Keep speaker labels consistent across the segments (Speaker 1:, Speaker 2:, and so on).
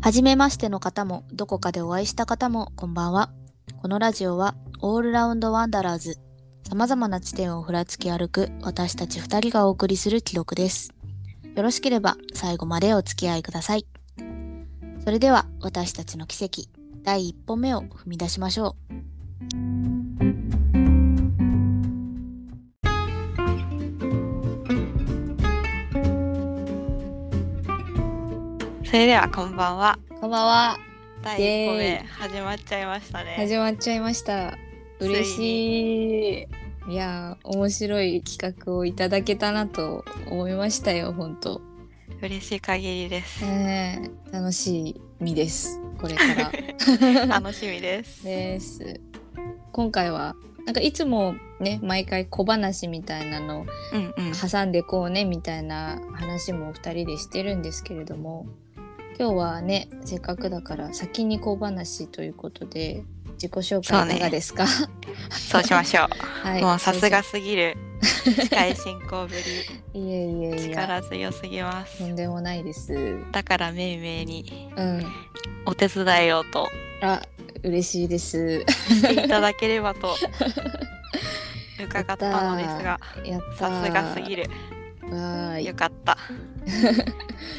Speaker 1: はじめましての方も、どこかでお会いした方も、こんばんは。このラジオは、オールラウンドワンダラーズ、様々な地点をふらつき歩く、私たち二人がお送りする記録です。よろしければ、最後までお付き合いください。それでは、私たちの奇跡、第一歩目を踏み出しましょう。
Speaker 2: それではこんばんは
Speaker 3: こんばんは。
Speaker 2: 第
Speaker 3: イエーイ
Speaker 2: 1個目始まっちゃいましたね
Speaker 3: 始まっちゃいました。
Speaker 2: ついに
Speaker 3: 嬉しい。いやー、面白い企画をいただけたなと思いましたよ、本当。
Speaker 2: 嬉しい限りです。
Speaker 3: えー、楽しみです。これから
Speaker 2: 楽しみ です、
Speaker 3: です。今回は、なんかいつもね、毎回小話みたいなのを
Speaker 2: うんう ん
Speaker 3: 挟んでこうね、みたいな話もお二人でしてるんですけれども、今日はね、せっかくだから先に小話ということで、自己紹
Speaker 2: そう
Speaker 3: 介
Speaker 2: ね
Speaker 3: いかがですか、
Speaker 2: そうしましょう、
Speaker 3: は
Speaker 2: もうさすがすぎ る近い進行ぶり
Speaker 3: いやいやいや、
Speaker 2: 力強すぎます
Speaker 3: とんでもないです。うん。
Speaker 2: だからめいめいにお手伝いをと
Speaker 3: あ、嬉しいです。
Speaker 2: していただければと伺ったのですが
Speaker 3: やったー。
Speaker 2: さすがすぎる
Speaker 3: わーい。
Speaker 2: よかった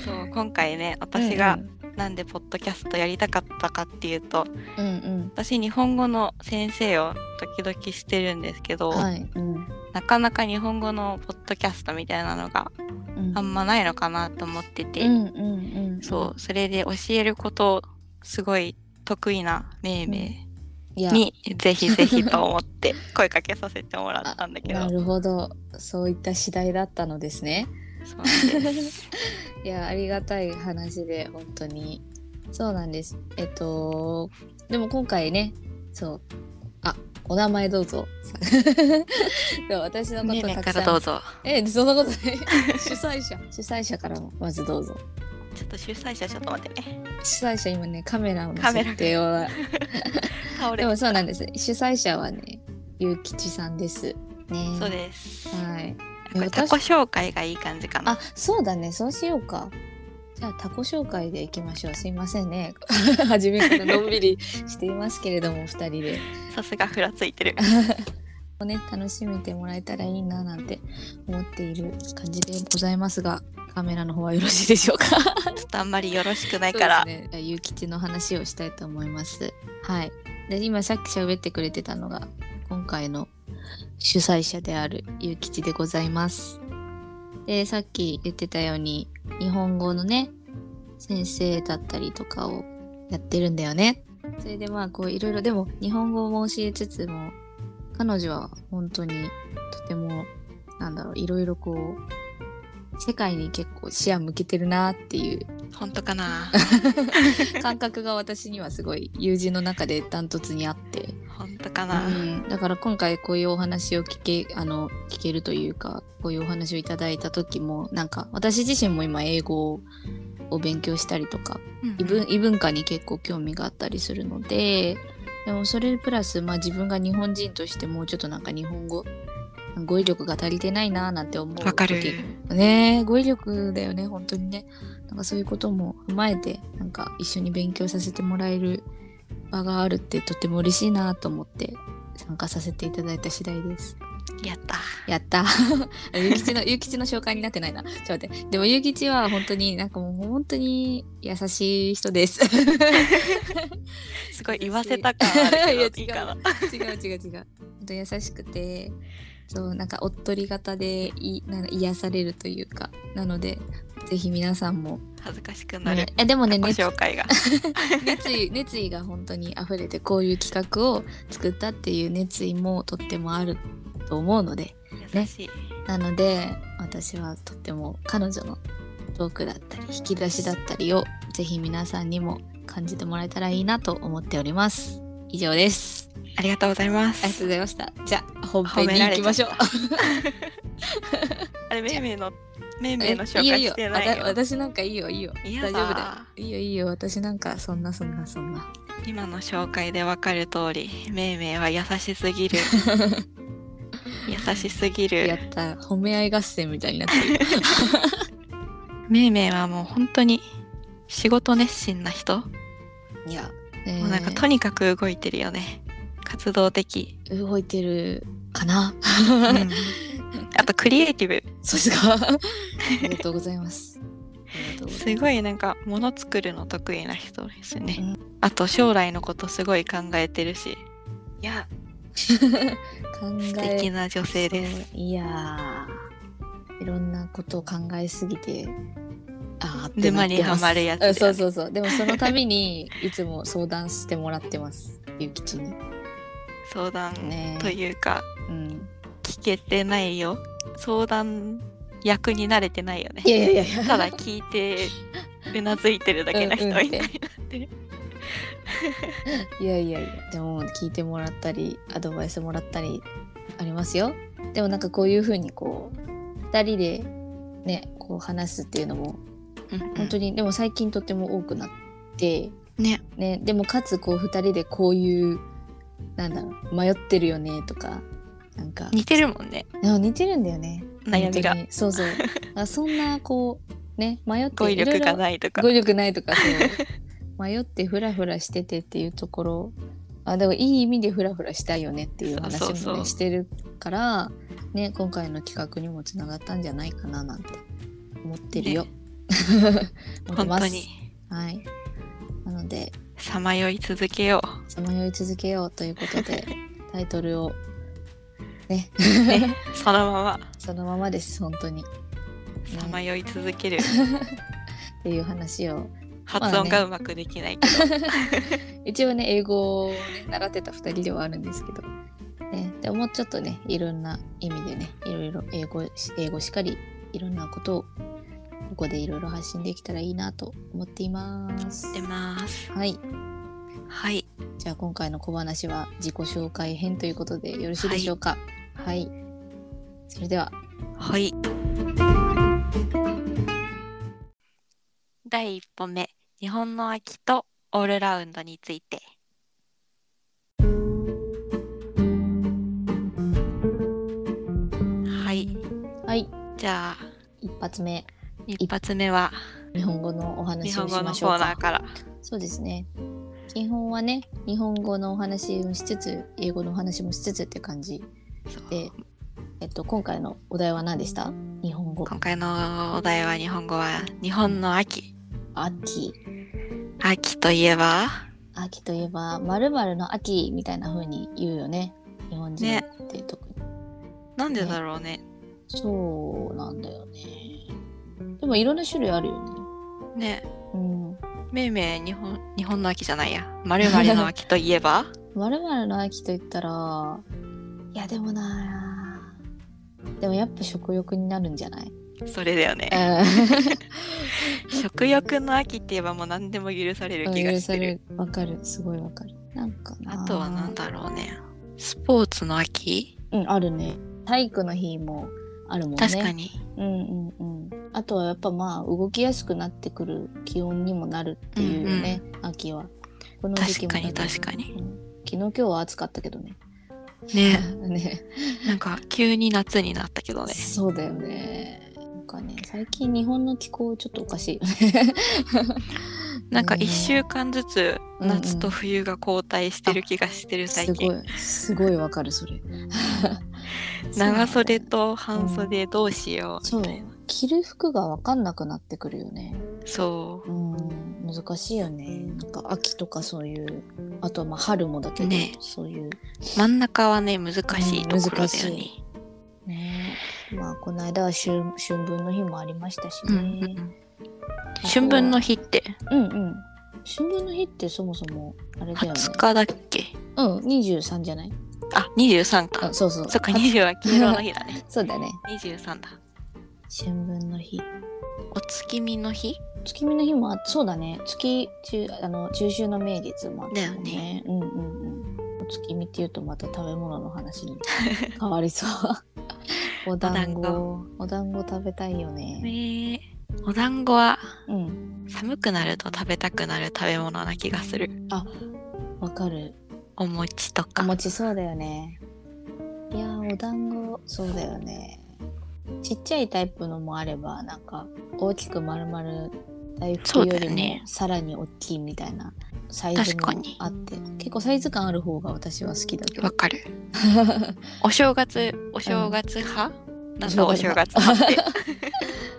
Speaker 2: そう今回ね私
Speaker 3: う
Speaker 2: が
Speaker 3: ん
Speaker 2: なんでポッドキャストやりたかったかっていうと、
Speaker 3: うん、うん
Speaker 2: 私日本語の先生を時々してるんですけど、
Speaker 3: うん。はい。うん。
Speaker 2: なかなか日本語のポッドキャストみたいなのが
Speaker 3: うん
Speaker 2: あんまないのかなと思ってて、
Speaker 3: うんうんうん。
Speaker 2: そうそれで教えることすごい得意なめいめ
Speaker 3: い
Speaker 2: い
Speaker 3: や。
Speaker 2: にぜひぜひと思って 声かけさせてもらったんだけど
Speaker 3: なるほど。そういった次第だったのですね。
Speaker 2: そうなん です
Speaker 3: いや、ありがたい話で、本当に。そうなんです。えっと、でも今回ね、そう。あ、お名前どうぞ。 そう私の
Speaker 2: めい
Speaker 3: こと
Speaker 2: めい
Speaker 3: た
Speaker 2: か
Speaker 3: くさ
Speaker 2: ら
Speaker 3: ん
Speaker 2: どうぞ
Speaker 3: え、そんなことない主催者。主催者からも、まずどうぞ。
Speaker 2: ちょっと主催者ちょっと待ってね
Speaker 3: 主催者、今ね、カメラの
Speaker 2: カメラ
Speaker 3: 設定を。
Speaker 2: 倒れ
Speaker 3: でもそうなんです。主催者はね、ゆうきちさんです。ね。
Speaker 2: そうです
Speaker 3: はい。
Speaker 2: これ自己紹介がいい感じかな
Speaker 3: あ、そうだね。そうしようか。じゃあ、タコ紹介でいきましょう。すいませんね。 初めからのんびりしていますけれども、二人で。
Speaker 2: さすがふらついてる
Speaker 3: をね、楽しめてもらえたらいいななんて思っている感じでございますが、カメラの方はよろしいでしょうか。
Speaker 2: ちょっとあんまりよろしくないから
Speaker 3: そうですね、じゃあゆうきちの話をしたいと思います。はい。で今さっき喋ってくれてたのが今回の主催者であるゆうきちでございます。でさっき言ってたように日本語のね先生だったりとかをやってるんだよね。それでまあこういろいろでも日本語も教えつつも彼女は本当にとてもなんだろういろいろこう世界に結構視野向けてるなっていう
Speaker 2: 本当かな
Speaker 3: 感覚が私にはすごい友人の中でダントツにあって、
Speaker 2: 本当かな、
Speaker 3: うんだから今回こういうお話を聞けあの聞けるというかこういうお話をいただいた時もなんか私自身も今英語を勉強したりとか異文異文化に結構興味があったりするのででもそれプラス、まあ、自分が日本人としてもうちょっとなんか日本語語彙力が足りてないななんて思う時
Speaker 2: わかる
Speaker 3: ねえ語彙力だよね本当にねなんかそういうことも踏まえてなんか一緒に勉強させてもらえる場があるってとても嬉しいなと思って参加させていただいた次第です
Speaker 2: やった
Speaker 3: やった ゆきちのゆきちの紹介になってないなちょっと待ってでもゆきちは本当になんかもう本当に優しい人です
Speaker 2: すごい言わせた感あるけど
Speaker 3: いや違う
Speaker 2: いいかな
Speaker 3: 違う違う違う本当優しくてそうなんかおっとり型でいなんか癒されるというかなのでぜひ皆さんも
Speaker 2: 恥ずかしくなる、
Speaker 3: ねえでもね
Speaker 2: ご
Speaker 3: 熱
Speaker 2: 紹介が
Speaker 3: 熱意 熱意が本当に溢れてこういう企画を作ったっていう熱意もとってもあると思うので
Speaker 2: 優しい、
Speaker 3: なので私はとっても彼女のトークだったり引き出しだったりをぜひ皆さんにも感じてもらえたらいいなと思っております以上です
Speaker 2: ありがとうございま
Speaker 3: ありがとう
Speaker 2: す
Speaker 3: ございましたじゃあ本編に行きましょう
Speaker 2: あれめいめいのめいめいの紹
Speaker 3: え
Speaker 2: 介
Speaker 3: いいよいい
Speaker 2: し
Speaker 3: よ
Speaker 2: てないよ
Speaker 3: わた私なんかいいよいいよ
Speaker 2: いやだ
Speaker 3: 大丈夫だよいいよいいよ私なんかそんなそんなそんな
Speaker 2: 今の紹介でわかる通りめいめいは優しす ぎる優しすぎ
Speaker 3: や
Speaker 2: る
Speaker 3: った褒め合い合戦みたいになってる
Speaker 2: めいめいはもう本当に仕事熱心な人、
Speaker 3: いや、え
Speaker 2: もうなんかとにかく動いてるよね活動 的、
Speaker 3: 動いてるかな
Speaker 2: うんあとクリエイティブ
Speaker 3: さすがありがとうございますありがとうござい
Speaker 2: すごいなんかもの作るの得意な人ですね、あと将来のことすごい考えてるしいや
Speaker 3: ます
Speaker 2: 素
Speaker 3: 考え
Speaker 2: 敵な女性です
Speaker 3: そういやーいろんなことを考えすぎてあーってなって
Speaker 2: 沼にはまるやつだよね
Speaker 3: うんそうそうそうでもそのためにいつも相談してもらってますゆきちに
Speaker 2: 相談
Speaker 3: ね
Speaker 2: というか、
Speaker 3: うん
Speaker 2: 聞けてないよ相談役に慣れてないよね
Speaker 3: いやいやいやいや
Speaker 2: ただ聞いてうなずいてるだけな人
Speaker 3: うん
Speaker 2: み
Speaker 3: うん
Speaker 2: た
Speaker 3: っ
Speaker 2: い
Speaker 3: て
Speaker 2: な、
Speaker 3: いやいやいやでも聞いてもらったりアドバイスもらったりありますよでもなんかこういうふうにこう2人でねこう話すっていうのも本当に、でも最近とっても多くなって
Speaker 2: ね
Speaker 3: ねでもかつこう2人でこういうなんだろう迷ってるよねとかなんか
Speaker 2: 似てるもんね
Speaker 3: あ似てるんだよね
Speaker 2: 悩みが
Speaker 3: 本当にそ うそうあそんなこうね迷って
Speaker 2: 語彙力
Speaker 3: いろい
Speaker 2: が
Speaker 3: ろ
Speaker 2: ないとか
Speaker 3: 語彙力ないとかそう 迷ってフラフラしててっていうところあでもいい意味でフラフラしたいよねっていう話も、ね、
Speaker 2: そうそうそう
Speaker 3: してるから、ね、今回の企画にもつながったんじゃないかななんて思ってるよ。 思って
Speaker 2: 本
Speaker 3: ま
Speaker 2: 当
Speaker 3: す
Speaker 2: に
Speaker 3: はい、なので
Speaker 2: さまよい続けよ
Speaker 3: さまよい続けようということ でタイトルをね
Speaker 2: う、ね、そのまま
Speaker 3: そのままです本当にっ
Speaker 2: さまよい続ける
Speaker 3: ていう話を
Speaker 2: 発音がうまくできないけど、
Speaker 3: 一応ね英語をね、習ってた2人ではあるんですけど、ね、でもうちょっとねいろんな意味でねいろいろ英語し英語しかりいろんなことをここでいろいろ発信できたらいいなと思っています。
Speaker 2: 出ます
Speaker 3: はい、
Speaker 2: はい
Speaker 3: じゃあ今回の小話は自己紹介編ということでよろしいでしょうか。はい、それでは
Speaker 2: はい第一歩目日本の秋とオールラウンドについてはい
Speaker 3: はい
Speaker 2: じゃあ
Speaker 3: 一発目
Speaker 2: 一発目は
Speaker 3: 日本語のお
Speaker 2: 日
Speaker 3: 話
Speaker 2: 本
Speaker 3: をし
Speaker 2: 語の
Speaker 3: ま
Speaker 2: コ
Speaker 3: しょう
Speaker 2: ーナ
Speaker 3: か
Speaker 2: ー。から
Speaker 3: そうですね。基本はね、日本語のお話もしつつ、英語のお話もしつつって感じ
Speaker 2: そう
Speaker 3: で、えっと、今回のお題は何でした日本語。
Speaker 2: 今回のお題は日本語は日本の秋
Speaker 3: 秋。
Speaker 2: 秋といえば
Speaker 3: 秋といえば、〇〇の秋みたいな風に言うよね。日本人
Speaker 2: ね
Speaker 3: って特に。
Speaker 2: なんでだろうね
Speaker 3: そうなんだよね。でもいろんな種類あるよね。
Speaker 2: ね
Speaker 3: うん。
Speaker 2: めいめい日本日本の秋じゃないやまるまるの秋といえ ば
Speaker 3: 〇〇の秋と言ったら、いやでもなぁでもやっぱ食欲になるんじゃ ない
Speaker 2: それだよね食欲の秋って言えばもう何でも許される気が
Speaker 3: 許
Speaker 2: して
Speaker 3: され
Speaker 2: る
Speaker 3: るわかるすごいわかるなんかな
Speaker 2: あとは何だろうねスポーツの秋
Speaker 3: うんあるね体育の日もあるもんね
Speaker 2: 確かに、
Speaker 3: うんうんうんあとはやっぱまあ動きやすくなってくる気温にもなるっていうよね、秋はこの時期
Speaker 2: 確か
Speaker 3: も
Speaker 2: に
Speaker 3: だね
Speaker 2: 確かに
Speaker 3: うん昨日今日は暑かったけど ね
Speaker 2: ね
Speaker 3: ね
Speaker 2: なんか急に夏になったけどね
Speaker 3: そうだよねなんかね最近日本の気候ちょっとおかしいよね
Speaker 2: なんか
Speaker 3: ね
Speaker 2: 1週間ずつ
Speaker 3: うんうん
Speaker 2: 夏と冬が交代してる気がしてる最
Speaker 3: す
Speaker 2: 近、
Speaker 3: ごいすごいわかるそれ
Speaker 2: 長袖と半袖どうしよう
Speaker 3: そう
Speaker 2: みたいな
Speaker 3: 着る服が分かんなくなってくるよね。
Speaker 2: そう
Speaker 3: うん、難しいよね。なんか秋とかそういう、あとはまあ春もだけど、
Speaker 2: ね
Speaker 3: そういう。
Speaker 2: 真ん中はね難しいところだよ
Speaker 3: うん難
Speaker 2: ね
Speaker 3: しねまあこの間は春春分の日もありましたし
Speaker 2: うんうんう
Speaker 3: ね。
Speaker 2: ん春分の日って
Speaker 3: うんうん。春分の日ってそもそもあれだよね。
Speaker 2: 20日だっけ
Speaker 3: うん、23じゃない
Speaker 2: あ23か
Speaker 3: あそうそう。
Speaker 2: そっか
Speaker 3: あ
Speaker 2: 20は黄色の日だ ね
Speaker 3: そうだね。
Speaker 2: 23だ
Speaker 3: 春分の日。
Speaker 2: お月見の日
Speaker 3: 月見の日もあそうだね月中あの中秋の名月もあったもんねうんうんうんお月見っていうとまた食べ物の話に変わ りそうお団
Speaker 2: お
Speaker 3: 子お団子食べたいよね
Speaker 2: ねお団子は
Speaker 3: うん
Speaker 2: 寒くなると食べたくなる食べ物な気がする
Speaker 3: わかる
Speaker 2: お餅と
Speaker 3: お
Speaker 2: か
Speaker 3: 餅そうだよねいやーお団子そうだよねちっちゃいタイプのもあればなんか大きく丸々大
Speaker 2: そ
Speaker 3: 福
Speaker 2: う
Speaker 3: よ
Speaker 2: だよ
Speaker 3: り
Speaker 2: ね
Speaker 3: もさらに大きいみたいなサイズ
Speaker 2: 確か
Speaker 3: も
Speaker 2: に
Speaker 3: あって結構サイズ感ある方が私は好きだけど
Speaker 2: わかる。お正月、お正月派、なんだ
Speaker 3: お
Speaker 2: お
Speaker 3: 正
Speaker 2: 正
Speaker 3: 月
Speaker 2: 月派って。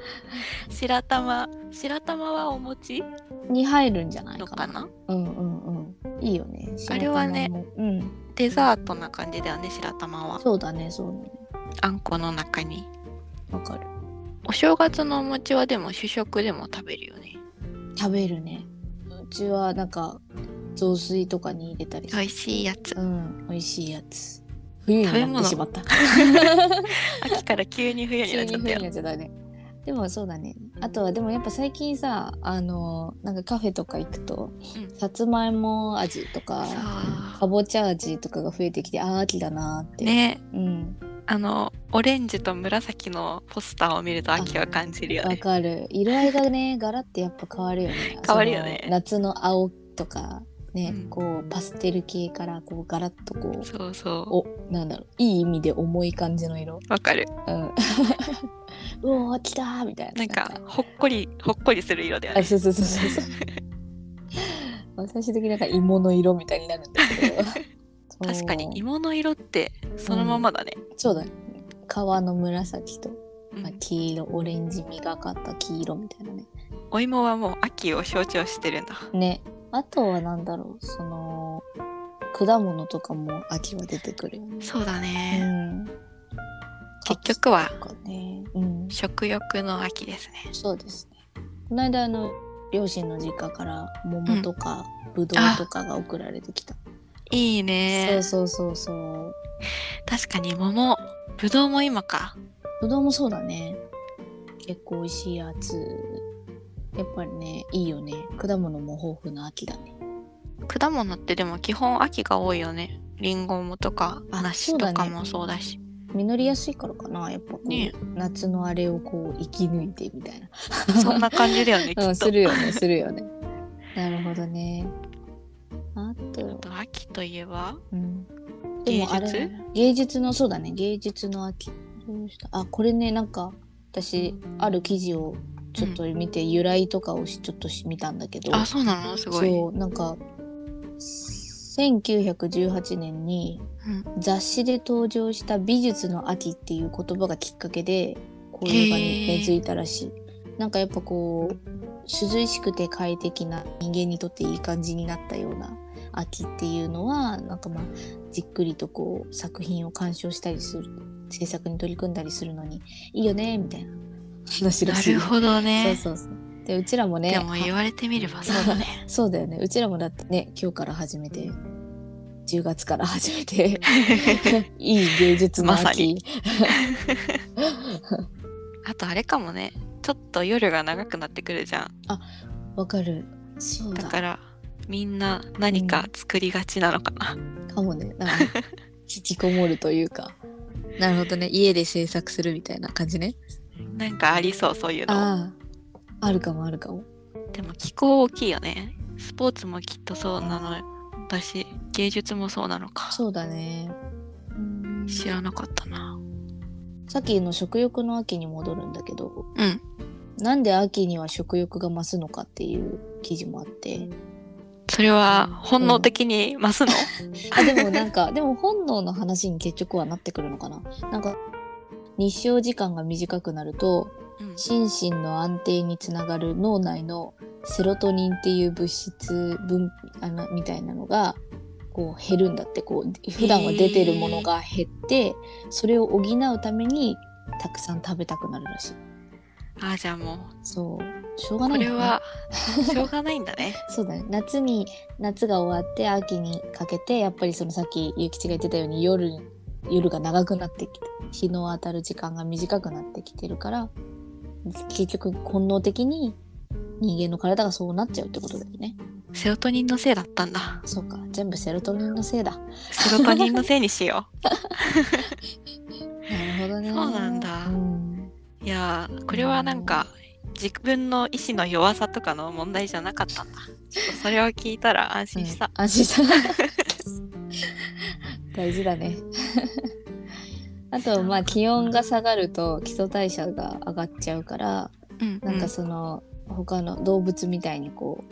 Speaker 2: 白玉、白玉はお餅
Speaker 3: に入るんじゃない
Speaker 2: の
Speaker 3: か
Speaker 2: か
Speaker 3: な
Speaker 2: な
Speaker 3: うんうんうんいいよね
Speaker 2: あれはね
Speaker 3: 白玉もうん
Speaker 2: デザートな感じだよね、白玉は。
Speaker 3: そうだねそうだね
Speaker 2: あんこの中に。
Speaker 3: わかる
Speaker 2: お正月のお餅はでも主食でも食べるよね。
Speaker 3: 食べるねうちはなんか雑炊とかに入れたり
Speaker 2: 美味しいやつ。
Speaker 3: うん美味しいやつ冬に
Speaker 2: 食べ
Speaker 3: なっ
Speaker 2: 物
Speaker 3: てしまった
Speaker 2: 秋から急に冬になっち ゃったよ。
Speaker 3: なっちゃったね。でもそうだね。あとはでもやっぱ最近さ、あのなんかカフェとか行くと、
Speaker 2: うん
Speaker 3: さつまいも味とか、
Speaker 2: そ
Speaker 3: かぼちゃ味とかが増えてきて、あー秋だなーっ
Speaker 2: う。
Speaker 3: て。
Speaker 2: ね、
Speaker 3: うん。
Speaker 2: あの、オレンジと紫のポスターを見ると秋は感じるよ
Speaker 3: わ
Speaker 2: ね。
Speaker 3: かる。色合いがね、柄ってやっぱ変わるよね。
Speaker 2: 変わるよね
Speaker 3: その夏の青とか、ね、
Speaker 2: うん
Speaker 3: こうパステル系からこうガラッとこう。
Speaker 2: そうそ
Speaker 3: おなんだろういい意味で重い感じの色
Speaker 2: う。わかる。
Speaker 3: うん うおー来たーみたいな
Speaker 2: なんかほっこりほっこりする色だよ
Speaker 3: あ、
Speaker 2: ね。
Speaker 3: そうそうそうそうそう。まあ最終的になんか芋の色みたいになるんだけど。そう
Speaker 2: 確かに芋の色ってそのままだね。
Speaker 3: そうだね。皮の紫と、
Speaker 2: うん
Speaker 3: まあ、黄色、オレンジみがかった黄色みたいなね。
Speaker 2: お芋はもう秋を象徴してるんだ。
Speaker 3: ね。あとはなんだろう、その、果物とかも秋は出てくるよね。
Speaker 2: そうだ
Speaker 3: う
Speaker 2: ね。
Speaker 3: ん。
Speaker 2: 結局は
Speaker 3: 柿とかね。うん。
Speaker 2: 食欲の秋ですね。
Speaker 3: そうですね。この間、あの、両親の実家から桃とか、ぶどうとかが送られてきた。
Speaker 2: いいね。
Speaker 3: そうそうそうそう。
Speaker 2: 確かに桃、ぶどうも今か。
Speaker 3: ぶどうもそうだね。結構美味しいやつ。やっぱりね、いいよね。果物も豊富な秋だね。
Speaker 2: 果物ってでも基本秋が多いよね。りんごもとか
Speaker 3: あ
Speaker 2: 梨とかもそうだし。
Speaker 3: 実りやすいからかな。やっぱこう、
Speaker 2: ね
Speaker 3: 夏のあれをこう生き抜いてみたいな。
Speaker 2: そんな感じだよ ね。きっ
Speaker 3: うん、
Speaker 2: と
Speaker 3: す。るよね、するよね。なるほどね。あ
Speaker 2: あ
Speaker 3: と、
Speaker 2: と秋といえば
Speaker 3: うん。
Speaker 2: 芸
Speaker 3: あれだ
Speaker 2: 術。
Speaker 3: ね芸術の、そうだね、芸術の秋。どうしたあ、これね、なんか、私、ある記事をちょっと見て、由来とかをしちょっとし見たんだけど。
Speaker 2: あ、そうなのすごい。
Speaker 3: そうなんか1918年に
Speaker 2: うん
Speaker 3: 雑誌で登場した「美術の秋」っていう言葉がきっかけでこういう場に根付いたらしい。なんかやっぱこう涼しくて快適な人間にとっていい感じになったような秋っていうのはなんかまあじっくりとこう作品を鑑賞したりする制作に取り組んだりするのにいいよねみたいな話ら
Speaker 2: な
Speaker 3: しい。
Speaker 2: るほどね。
Speaker 3: そうそうそうでうちらもね
Speaker 2: でも言われてみればそうだね。
Speaker 3: そうだよね。うちらもだってね、今日から始めて、10月から始め て、いい芸術の秋。
Speaker 2: まさにあとあれかもねちょっと夜が長くなってくるじゃん
Speaker 3: わかる。そう
Speaker 2: だ
Speaker 3: だ。
Speaker 2: からみんな何か作りがちなのかな、
Speaker 3: かもね。 なんか、引きこもるというか。なるほどね。家で制作するみたいな感じね。
Speaker 2: なんかありそうそういうの
Speaker 3: ああ。あるかもあるかも。
Speaker 2: でも気候大きいよねスポーツもきっとそうなのだし芸術もそうなのか
Speaker 3: そうだね。うん
Speaker 2: 知らなかったな
Speaker 3: さっきの食欲の秋に戻るんだけど、
Speaker 2: うん
Speaker 3: なんで秋には食欲が増すのかっていう記事もあって、
Speaker 2: それは本能的に増すの、
Speaker 3: あでもなんかでも本能の話に結局はなってくるのかななんか日照時間が短くなると
Speaker 2: うん
Speaker 3: 心身の安定につながる脳内のセロトニンっていう物質分あのみたいなのがこう減るんだってこう普段は出てるものが減ってそれを補うためにたくさん食べたくなるらしい
Speaker 2: ああじゃあも
Speaker 3: そうしょうが
Speaker 2: う
Speaker 3: な
Speaker 2: こ
Speaker 3: いの
Speaker 2: れ
Speaker 3: かな
Speaker 2: はしょうがないんだね
Speaker 3: そうだね夏に夏が終わって秋にかけてやっぱりそのさっきゆきちが言ってたように夜夜が長くなってきて日の当たる時間が短くなってきてるから結局本能的に人間の体がそうなっちゃうってことだよね
Speaker 2: セロトニンのせいだったんだ
Speaker 3: そうか全部セロトニンのせいだな
Speaker 2: セロトニンのせいにしよ
Speaker 3: るほどね
Speaker 2: そうなんだ
Speaker 3: うん
Speaker 2: う いやーこれはなんか自分の意志の弱さとかの問題じゃなかったんだちょっとそれを聞いたら安心した、
Speaker 3: うん安心した大事 だねあとまあ気温が下がると基礎代謝が上がっちゃうから
Speaker 2: うん
Speaker 3: なん
Speaker 2: う
Speaker 3: か
Speaker 2: ん
Speaker 3: その他の動物みたいにこ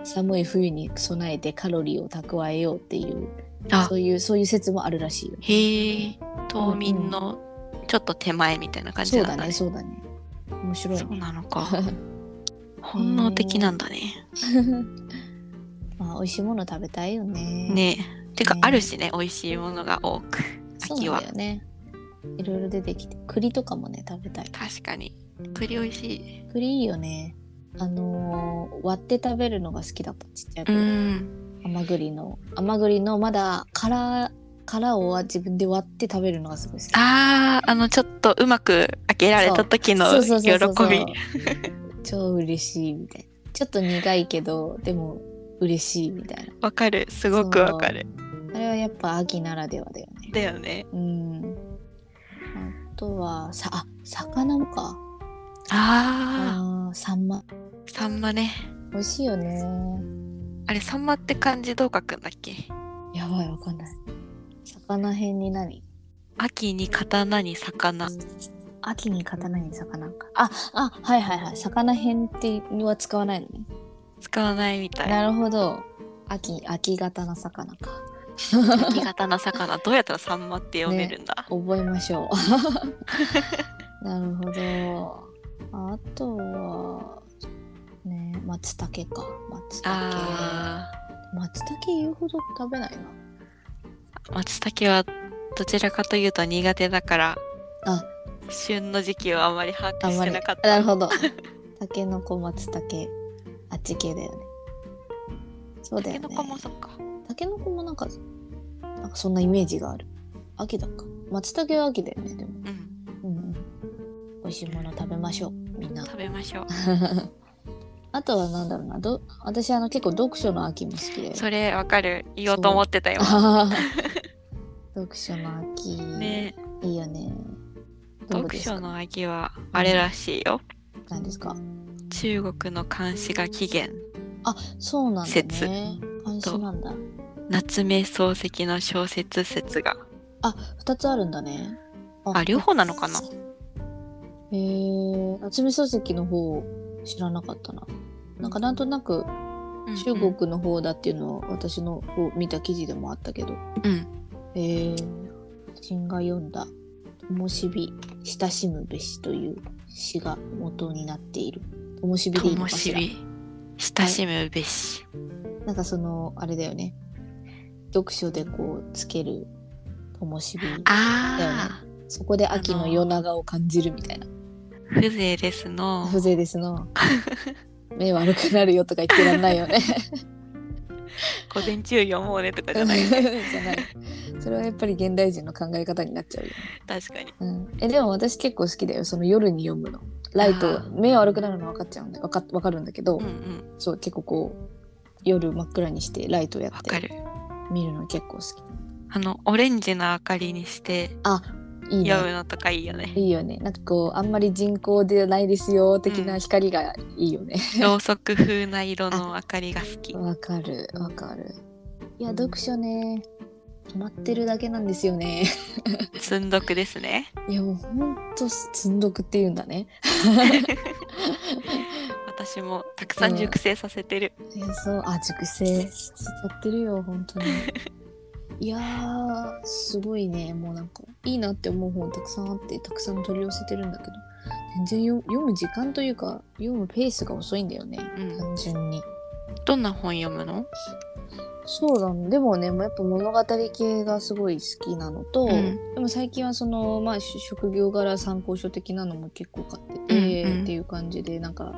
Speaker 3: う寒い冬に備えてカロリーを蓄えようっていう
Speaker 2: あ
Speaker 3: そういうそういう説もあるらしいよ。
Speaker 2: へえ冬眠のちょっと手前みたいな感じ
Speaker 3: そう
Speaker 2: なん
Speaker 3: だ
Speaker 2: だ
Speaker 3: ね
Speaker 2: ね
Speaker 3: そうだね。面白い
Speaker 2: そう
Speaker 3: ね。
Speaker 2: なのか本能的なんだね
Speaker 3: まあ美味しいもの食べたいよね。
Speaker 2: ねえてか
Speaker 3: ね
Speaker 2: あるしね美味しいものが多く
Speaker 3: そう
Speaker 2: 秋
Speaker 3: なん
Speaker 2: は
Speaker 3: だよね。いろいろ出てきて栗とかもね食べたい。
Speaker 2: 確かに栗美味しい
Speaker 3: 栗いいよね。あのー割って食べるのが好きだったちっちゃい頃。
Speaker 2: うん
Speaker 3: 甘栗の甘栗のまだ殻殻を自分で割って食べるのがすごい好き。
Speaker 2: あーあのちょっとうまく開けられた時の
Speaker 3: そう
Speaker 2: 喜
Speaker 3: そうそうそうそう
Speaker 2: び
Speaker 3: 超嬉しいみたいなちょっと苦いけどでも嬉しいみたいな
Speaker 2: わかるすごくわかる
Speaker 3: あれはやっぱ秋ならではだよね
Speaker 2: だよね
Speaker 3: うんあとはさあ魚もか
Speaker 2: あ
Speaker 3: あーサンマ
Speaker 2: ーサンマね
Speaker 3: 美味しいよね
Speaker 2: あれサンマって漢字どう書くんだっけ
Speaker 3: やばいわかんない魚編に何
Speaker 2: 秋に刀に魚
Speaker 3: 秋に刀に魚かああはいはいはい魚編っていうのは使わないのね
Speaker 2: 使わないみ たい
Speaker 3: なるほど秋秋型の魚か
Speaker 2: 新潟の魚どうやったらサンマって読めるんだ、
Speaker 3: 覚えましょ う。なるほど。あとは、ね、松茸か。松茸。
Speaker 2: あ
Speaker 3: 松茸言うほど食べないな。
Speaker 2: ー松茸はどちらかというと苦手だから
Speaker 3: あ
Speaker 2: 旬の時期をあまり把
Speaker 3: あ
Speaker 2: 握
Speaker 3: ん
Speaker 2: し
Speaker 3: ま
Speaker 2: て
Speaker 3: り。
Speaker 2: なかった
Speaker 3: なる ほど。たけのこ、松茸。あっち系だよね。そうだよね
Speaker 2: タケノ。コもそっか
Speaker 3: たけのこもなんか、なんかそんなイメージがある。秋だか。松茸は秋だよね、でも。
Speaker 2: うん
Speaker 3: うんうん。美味しいもの食べましょう、みんな。
Speaker 2: 食べましょう
Speaker 3: あとはなんだろうなど私あの結構読書の秋も好きで
Speaker 2: それわかる言おうと思ってたよ
Speaker 3: あー 読書の秋、
Speaker 2: ね
Speaker 3: いいよねどう
Speaker 2: 読
Speaker 3: ですか
Speaker 2: 書の秋はあれらしいよ
Speaker 3: 何ですか
Speaker 2: 中国の漢詩が起源
Speaker 3: あそうなんだ
Speaker 2: 節
Speaker 3: ね関心なんだ
Speaker 2: 夏目漱石の小説説が
Speaker 3: あ二つあるんだね
Speaker 2: あ両方なのかな
Speaker 3: へえ夏目漱石の方知らなかったななんかなんとなく中
Speaker 2: うん
Speaker 3: 国の方だっていうのは私の方見た記事でもあったけど
Speaker 2: うん
Speaker 3: ええ新が読んだ「ともしび親しむべし」という詩が元になっている。ともしびでいい
Speaker 2: と
Speaker 3: の
Speaker 2: も
Speaker 3: かし
Speaker 2: し
Speaker 3: ら
Speaker 2: び親しむべし
Speaker 3: なんかそのあれだよね読書でこうつけるともしび
Speaker 2: ああ
Speaker 3: そこで秋の夜長を感じるみたいな
Speaker 2: 風情ですの
Speaker 3: 風情ですの目悪くなるよとか言ってらんない よね
Speaker 2: 午前中読もうねとかじ
Speaker 3: じゃ
Speaker 2: ゃ
Speaker 3: な
Speaker 2: ないい
Speaker 3: それはやっぱり現代人の考え方になっちゃうよね
Speaker 2: 確かに
Speaker 3: うん、えでも私結構好きだよその夜に読むのライ
Speaker 2: あ
Speaker 3: ト
Speaker 2: ー
Speaker 3: 目悪くなるの分かっちゃうんで分かっ分かるんだけど、
Speaker 2: うんうん
Speaker 3: そう結構こう夜真っ暗にしてライトや
Speaker 2: わ
Speaker 3: っ
Speaker 2: か
Speaker 3: て
Speaker 2: る
Speaker 3: 見るの結構好き
Speaker 2: あのオレンジの明かりにして
Speaker 3: いい
Speaker 2: 読む
Speaker 3: ね
Speaker 2: のとかいいよね
Speaker 3: いいよねなんかこうあんまり人工でないですよ的な光がいいよね
Speaker 2: ろうそく風な色の明かりが好き
Speaker 3: わ、かるわかるいや読書ね止まってるだけなんですよね
Speaker 2: 寸読ですね
Speaker 3: いやもうほんと積んどくって言うんだね
Speaker 2: 私もたくさん熟成させてる、
Speaker 3: いやそうあ熟成させちゃってるよ本当にいやーすごいねもうなんかいいなって思う本たくさんあってたくさん取り寄せてるんだけど全然よ読む時間というか読むペースが遅いんだよね
Speaker 2: うん、
Speaker 3: 単純に
Speaker 2: どんな本読むの、
Speaker 3: そうだねでもねやっぱ物語系がすごい好きなのと、
Speaker 2: うん
Speaker 3: でも最近はそのまあし職業柄参考書的なのも結構買ってて、
Speaker 2: うんうん
Speaker 3: っていう感じでなんか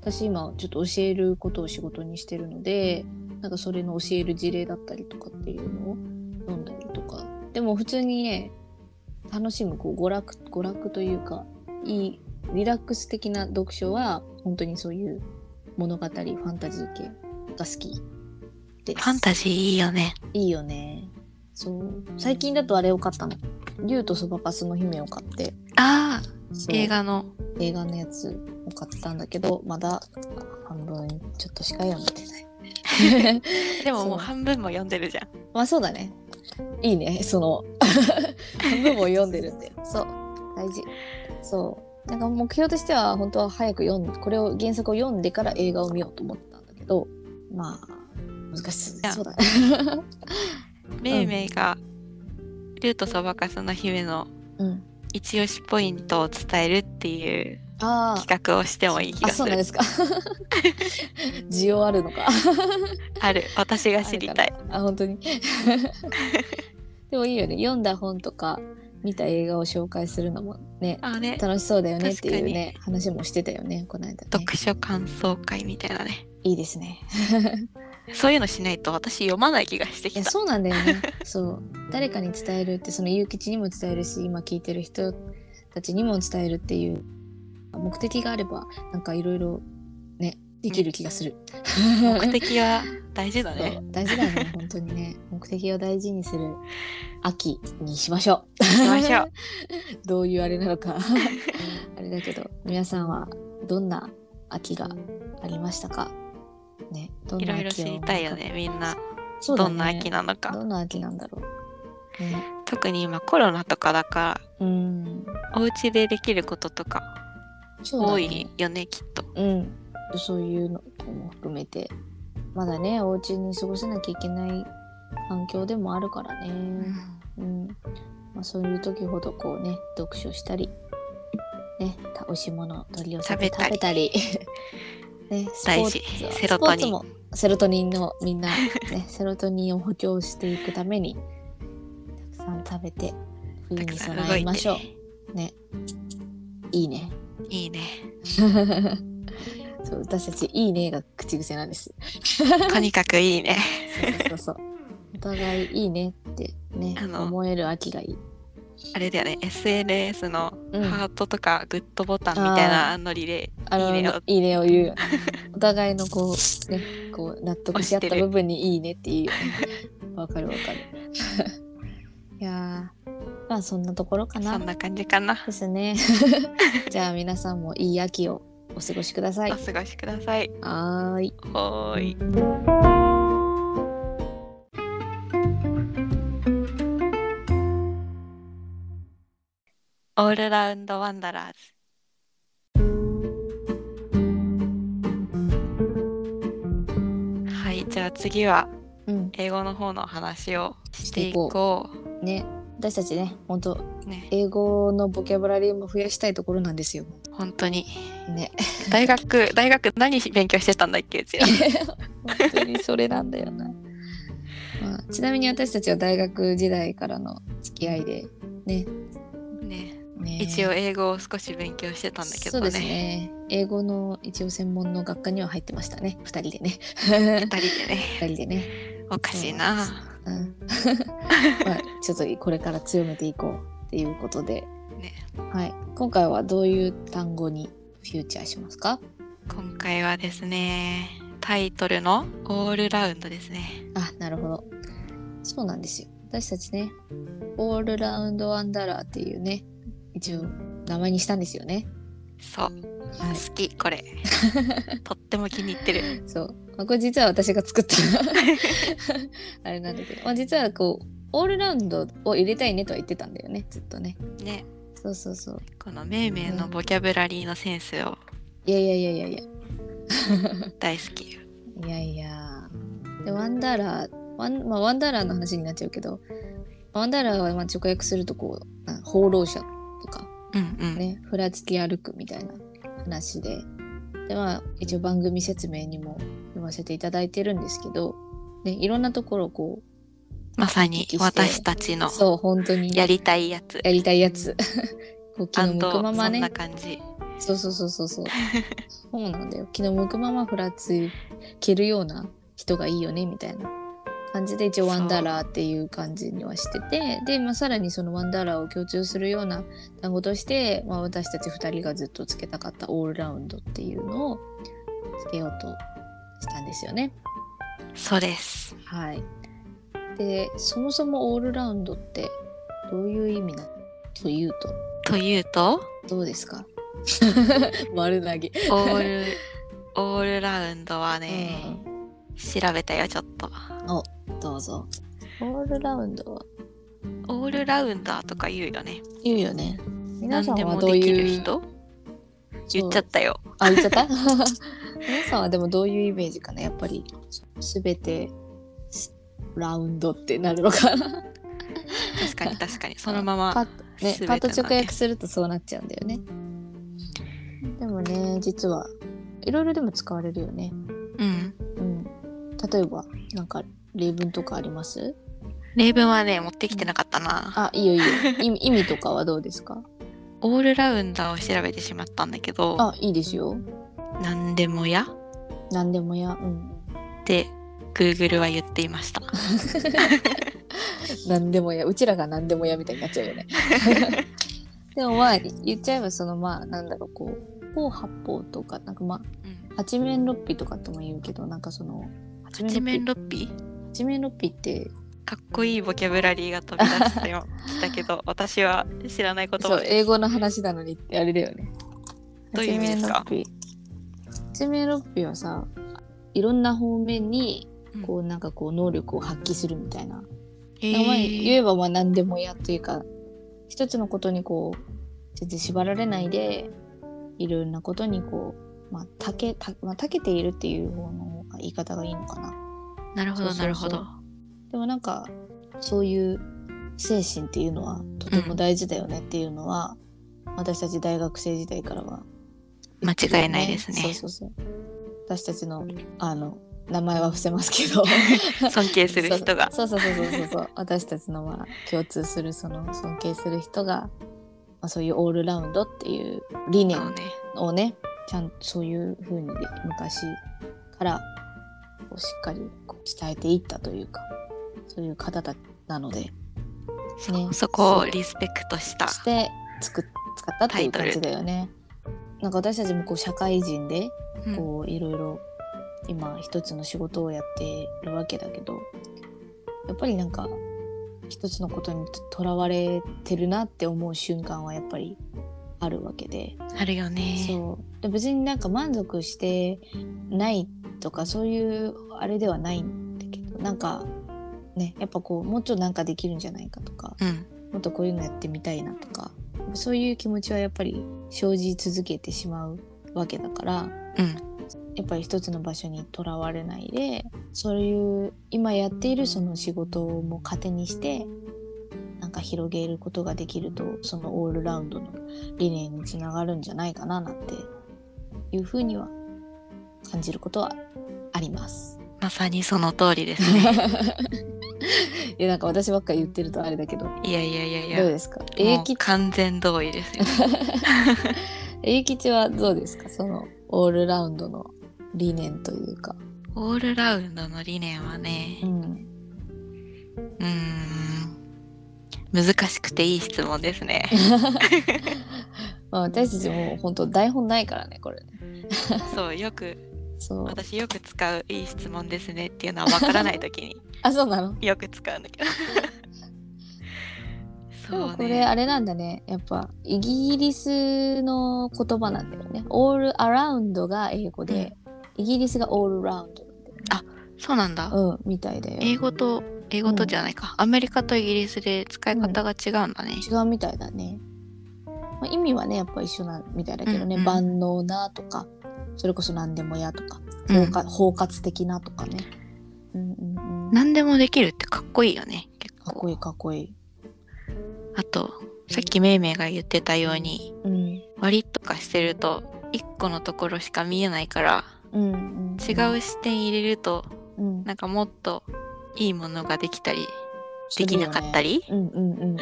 Speaker 3: 私今ちょっと教えることを仕事にしてるのでなんかそれの教える事例だったりとかっていうのを読んだりとかでも普通にね楽しむこう娯楽娯楽というかいいリラックス的な読書は本当にそういう物語ファンタジー系が好きです。
Speaker 2: ファンタジーいいよね
Speaker 3: いいよねそう最近だとあれを買ったの「竜とそばかすの姫」を買って
Speaker 2: ああ
Speaker 3: そう
Speaker 2: 映画の
Speaker 3: 映画のやつを買ったんだけどまだ半 分ちょっとしか読めてない
Speaker 2: でももう
Speaker 3: そう
Speaker 2: 半分も読んでるじゃん
Speaker 3: まあそうだねいいねその半分も読んでるんでそう大事そなんか目標としては本当は早く読んこれを原作を読んでから映画を見ようと思ったんだけどまあ難しそう
Speaker 2: いや
Speaker 3: そうだね
Speaker 2: めいめいが「竜とそばかすの姫」の
Speaker 3: うん
Speaker 2: 一押しポイントを伝えるっていう
Speaker 3: あー
Speaker 2: 企画をしてもいい気
Speaker 3: あ
Speaker 2: がす
Speaker 3: そうなん
Speaker 2: る
Speaker 3: です か需要あるのか
Speaker 2: ある私が知りたい
Speaker 3: あ本 当にでもいいよね読んだ本とか見た映画を紹介するのもね
Speaker 2: あね
Speaker 3: 楽しそうだよねっていう
Speaker 2: 確
Speaker 3: ね話もしてたよねこの間ね
Speaker 2: 読書感想会みたいなね
Speaker 3: いいですね
Speaker 2: そういうのしないと私読まない気がして
Speaker 3: い
Speaker 2: き
Speaker 3: や
Speaker 2: た
Speaker 3: そうなんだよねそう誰かに伝えるってそのゆうきちにも伝えるし今聞いてる人たちにも伝えるっていう目的があればなんかいろいろねできる気がする
Speaker 2: 目的は大事だ
Speaker 3: そ
Speaker 2: ね
Speaker 3: う大事だ ね本当にね目的を大事にする秋にしましょう
Speaker 2: しましょう
Speaker 3: どういうあれな のかあれだけど皆さんはどんな秋がありましたかねどん
Speaker 2: い
Speaker 3: な
Speaker 2: ろ
Speaker 3: 秋を
Speaker 2: いろ知りたいよねみんな
Speaker 3: そうだ
Speaker 2: ど
Speaker 3: ね
Speaker 2: んな秋なのか
Speaker 3: どんな秋なんだろう、ね、
Speaker 2: 特に今コロナとかだか
Speaker 3: うん
Speaker 2: らお家でできることとか
Speaker 3: そうだ
Speaker 2: 多
Speaker 3: ね
Speaker 2: いよねきっと
Speaker 3: うん、そういうのも含めてまだねお家に過ごせなきゃいけない環境でもあるからね、うんまあ、そういう時ほどこうね読書したり、ね、た美味しいものを取り寄せて食べたり ね、スポーツは
Speaker 2: 大事セロトニン
Speaker 3: スポーツもセロトニンのみんな、 ね、セロトニンを補強していくためにたくさん食べて冬
Speaker 2: た
Speaker 3: に
Speaker 2: くさん動
Speaker 3: 備え
Speaker 2: い
Speaker 3: ま
Speaker 2: て
Speaker 3: しょういいね。
Speaker 2: いいね
Speaker 3: そう私たち「いいね」が口癖なんです。
Speaker 2: とにかくいいね
Speaker 3: そうそうそう。お互いいいねってね
Speaker 2: あ、の
Speaker 3: 思える秋がいい。
Speaker 2: あれだよね SNS の
Speaker 3: うん
Speaker 2: ハートとかグッドボタンみたいなノリで
Speaker 3: あの
Speaker 2: いいねを
Speaker 3: いいね を言うよね。お互いのこう、ね、こう納得し合
Speaker 2: 押し
Speaker 3: っ
Speaker 2: て
Speaker 3: た
Speaker 2: る
Speaker 3: 部分にいいねっていうよね。わかるわかる。 いやー、まあそんなところか
Speaker 2: そ。
Speaker 3: なん
Speaker 2: な感じかな
Speaker 3: で すね。じゃあ皆さんもいい秋をお過ごしください
Speaker 2: お。過ごしください
Speaker 3: はーい。
Speaker 2: ほーいオールラウンドワンダラーズはいじゃあ次は
Speaker 3: うん。
Speaker 2: 英語の方の話をしてい
Speaker 3: してい
Speaker 2: こ
Speaker 3: ね。私たちね、本当
Speaker 2: うね
Speaker 3: 英語のボキャブラリーも増やしたいところなんですよ。
Speaker 2: 本当に
Speaker 3: ね。
Speaker 2: 大学大学何勉強してたんだっけうちら
Speaker 3: 本当にそれなんだよ な、まあ、ちなみに私たちは大学時代からの付き合いでね
Speaker 2: ね
Speaker 3: ね
Speaker 2: 一応英語を少し勉強してたんだけ
Speaker 3: そ
Speaker 2: どね
Speaker 3: うですね英語の一応専門の学科には入ってましたね2人でね
Speaker 2: 二人でね
Speaker 3: 2人でね、
Speaker 2: おかしい
Speaker 3: そう
Speaker 2: な
Speaker 3: うん まあ、ちょっとこれから強めていこうっていうことで、
Speaker 2: ね
Speaker 3: はい、今回はどういう単語にフューチャーしますか
Speaker 2: 今回はですねタイトルの「オールラウンド」ですね
Speaker 3: あなるほどそうなんですよ私たちねオールラウンドワンダラーっていうね一応名前にしたんですよね
Speaker 2: そう
Speaker 3: はい
Speaker 2: 好きこ れとっても気に入ってる
Speaker 3: そう、まあ、これ実は私が作ったあれなんだけど、まあ、実はこうオールラウンドを入れたいねとは言ってたんだよねずっとね
Speaker 2: ね
Speaker 3: そうそうそう
Speaker 2: このめいめいのボキャブラリーのセンスを
Speaker 3: いやいやいやいやいや
Speaker 2: 大好き
Speaker 3: いやいやでワンダラーワン,、まあ、ワンダラーの話になっちゃうけどワンダラーはまあ直訳するとこうな放浪者とか
Speaker 2: うんうん、
Speaker 3: ね、ふらつき歩くみたいな話で。で、まあ、一応番組説明にも読ませていただいてるんですけど、ね、いろんなところをこ
Speaker 2: まさに私たち
Speaker 3: う、
Speaker 2: の
Speaker 3: そう、本当に
Speaker 2: やりたいやつ
Speaker 3: やりたい やつ。こう気
Speaker 2: ア
Speaker 3: の
Speaker 2: ン
Speaker 3: 向
Speaker 2: ド
Speaker 3: く
Speaker 2: そ
Speaker 3: まま
Speaker 2: ん
Speaker 3: ね
Speaker 2: な。感じ
Speaker 3: そうそうそうそ うそう。そうなんだよ。気の向くままふらつけるような人がいいよね、みたいな感じで、一応
Speaker 2: そう
Speaker 3: ワンダラーっていう感じにはしてて、で、まあ、さらにそのワンダラーを共通するような単語として、まあ、私たち2人がずっとつけたかったオールラウンドっていうのをつけようとしたんですよね。
Speaker 2: そうです
Speaker 3: はい。で、そもそもオールラウンドってどういう意味なのというと、
Speaker 2: という と
Speaker 3: どうですか丸投げ。
Speaker 2: オールオールラウンドはね、調べたよちょっと
Speaker 3: どうぞ。オールラウンドは
Speaker 2: オールラウンダーとか言うよね
Speaker 3: 言うよね。皆
Speaker 2: 何
Speaker 3: さん
Speaker 2: で
Speaker 3: は
Speaker 2: も
Speaker 3: どう
Speaker 2: できる
Speaker 3: いう
Speaker 2: 人言っちゃったよ。
Speaker 3: あ、言っちゃった 皆さんはでもどういうイメージかなやっぱり、すべて、すラウンドってなるのかな
Speaker 2: 確かに確かに。 そのまま。
Speaker 3: パッ、ね
Speaker 2: 全て、
Speaker 3: パ
Speaker 2: の
Speaker 3: ッ
Speaker 2: ね
Speaker 3: と直訳するとそうなっちゃうんだよね。でもね、実はいろいろでも使われるよね。
Speaker 2: うん。
Speaker 3: うん。例えば、なんか例文とかあります
Speaker 2: 例文はね、持ってきてなかったな。
Speaker 3: あ、いいよいいよ。意味意味とかはどうですか
Speaker 2: オールラウンダーを調べてしまったんだけど、
Speaker 3: あ、いいですよ。
Speaker 2: なんでもやっ
Speaker 3: なんでもや。うん。
Speaker 2: て Google は言っていま した。
Speaker 3: なんでもや。うちらがなんでもやみたいになっちゃうよ ね。でもまあ、言っちゃえばそのまあ、なんだろう、こう、方八方とか、なんかまあ、
Speaker 2: うん
Speaker 3: 八面六臂とかとも言うけど、なんかその、八
Speaker 2: 八面
Speaker 3: 面六
Speaker 2: 六臂
Speaker 3: 臂八面六臂って、
Speaker 2: かっこいいボキャブラリーが飛び出した よ。だけど、私は知らない言
Speaker 3: そ
Speaker 2: 葉
Speaker 3: う、
Speaker 2: で
Speaker 3: 英語の話なのにってあれだよね。
Speaker 2: どういう意味ですか
Speaker 3: 八面六臂八面六臂はさ、いろんな方面に、こう、なんかこう、能力を発揮するみたいな。
Speaker 2: え
Speaker 3: 名前言
Speaker 2: ー
Speaker 3: えばまあ何でもやというか一つのことにこう全然縛られないでいろんなことにこうまあたけた、まあ、長けているっていう方の言い方がいいのかな
Speaker 2: なるほど、
Speaker 3: そ
Speaker 2: な
Speaker 3: う
Speaker 2: る
Speaker 3: そ
Speaker 2: ほ
Speaker 3: うそう
Speaker 2: ど。
Speaker 3: でもなんかそういう精神っていうのはとても大事だよねっていうのは、私たち大学生時代からは
Speaker 2: 間違いないですね
Speaker 3: そうそうそう私たちのあの名前は伏せますけど
Speaker 2: 尊敬する人が。
Speaker 3: そうそうそうそうそうそう 私たちのまあ共通するその尊敬する人が、まあ、そういうオールラウンドっていう理念
Speaker 2: そうね。
Speaker 3: をねちゃんとそういう風にね昔からこうしっかりこう伝えていったというかそういう方だなので、ね、
Speaker 2: そそこをリスペクトした。
Speaker 3: して作っ使ったっていう
Speaker 2: タイト
Speaker 3: 感
Speaker 2: ル
Speaker 3: じだよね。なんか私たちもこう社会人で
Speaker 2: うん
Speaker 3: こういろいろ今一つの仕事をやってるわけだけどやっぱりなんか一つのことにととらわれてるなって思う瞬間はやっぱりあるわけで、
Speaker 2: あるよね。
Speaker 3: そうで別になんか満足してないとかそういうあれではないんだけどなんかねやっぱこうもうちょっとなんかできるんじゃないかとか
Speaker 2: うん。
Speaker 3: もっとこういうのやってみたいなとかそういう気持ちはやっぱり生じ続けてしまうわけだから
Speaker 2: うん。
Speaker 3: やっぱり一つの場所にとらわれないでそういう今やっているその仕事をもう糧にしてなんか広げることができるとそのオールラウンドの理念につながるんじゃないかななんていうふうには感じることはあります。
Speaker 2: まさにその通りです ね。
Speaker 3: いやなんか私ばっか言ってるとあれだけどど
Speaker 2: いやいやいやいうや。
Speaker 3: ですか
Speaker 2: も
Speaker 3: 英
Speaker 2: う
Speaker 3: 吉
Speaker 2: 完全同意 ですよ。
Speaker 3: 英吉はどうですかそのオールラウンドの理念というか。
Speaker 2: オールラウンドの理念はね
Speaker 3: う、ん、
Speaker 2: うーん。難しくていい質問です ね。
Speaker 3: まあ私たちも本当台本ないからねこれね。
Speaker 2: そう、よく、
Speaker 3: そう
Speaker 2: 私よく使ういい質問ですねっていうのはわからないときに
Speaker 3: あそうなの
Speaker 2: よく使うんだけど。
Speaker 3: で
Speaker 2: そ
Speaker 3: も
Speaker 2: う
Speaker 3: これ
Speaker 2: ね。
Speaker 3: あれなんだねやっぱイギリスの言葉なんだよねオールアラウンドが英語で、イギリスがオールラウンドなんだよね
Speaker 2: そうなんだ。
Speaker 3: うんみたいだよ
Speaker 2: 英語と、英語とじゃないか。アメリカとイギリスで使い方が違うんだね。
Speaker 3: 違うみたいだね、まあ、意味はねやっぱ一緒なみたいだけどね、
Speaker 2: うんうん
Speaker 3: 万能なとかそれこそ何でもやとか
Speaker 2: う
Speaker 3: 包
Speaker 2: ん
Speaker 3: 括,、包括的なとかねうんうんうんか
Speaker 2: 何でもできるってかっこいいよね結
Speaker 3: っこ
Speaker 2: 構
Speaker 3: いいかっこいい
Speaker 2: あとさっきめいめいが言ってたように
Speaker 3: うん
Speaker 2: 割りとかしてると一個のところしか見えないから
Speaker 3: うんうん、
Speaker 2: 違う視点入れると
Speaker 3: うん、
Speaker 2: なんかもっといいものができたり
Speaker 3: す
Speaker 2: で
Speaker 3: る
Speaker 2: き
Speaker 3: よね
Speaker 2: なかったり
Speaker 3: うんうんうんうん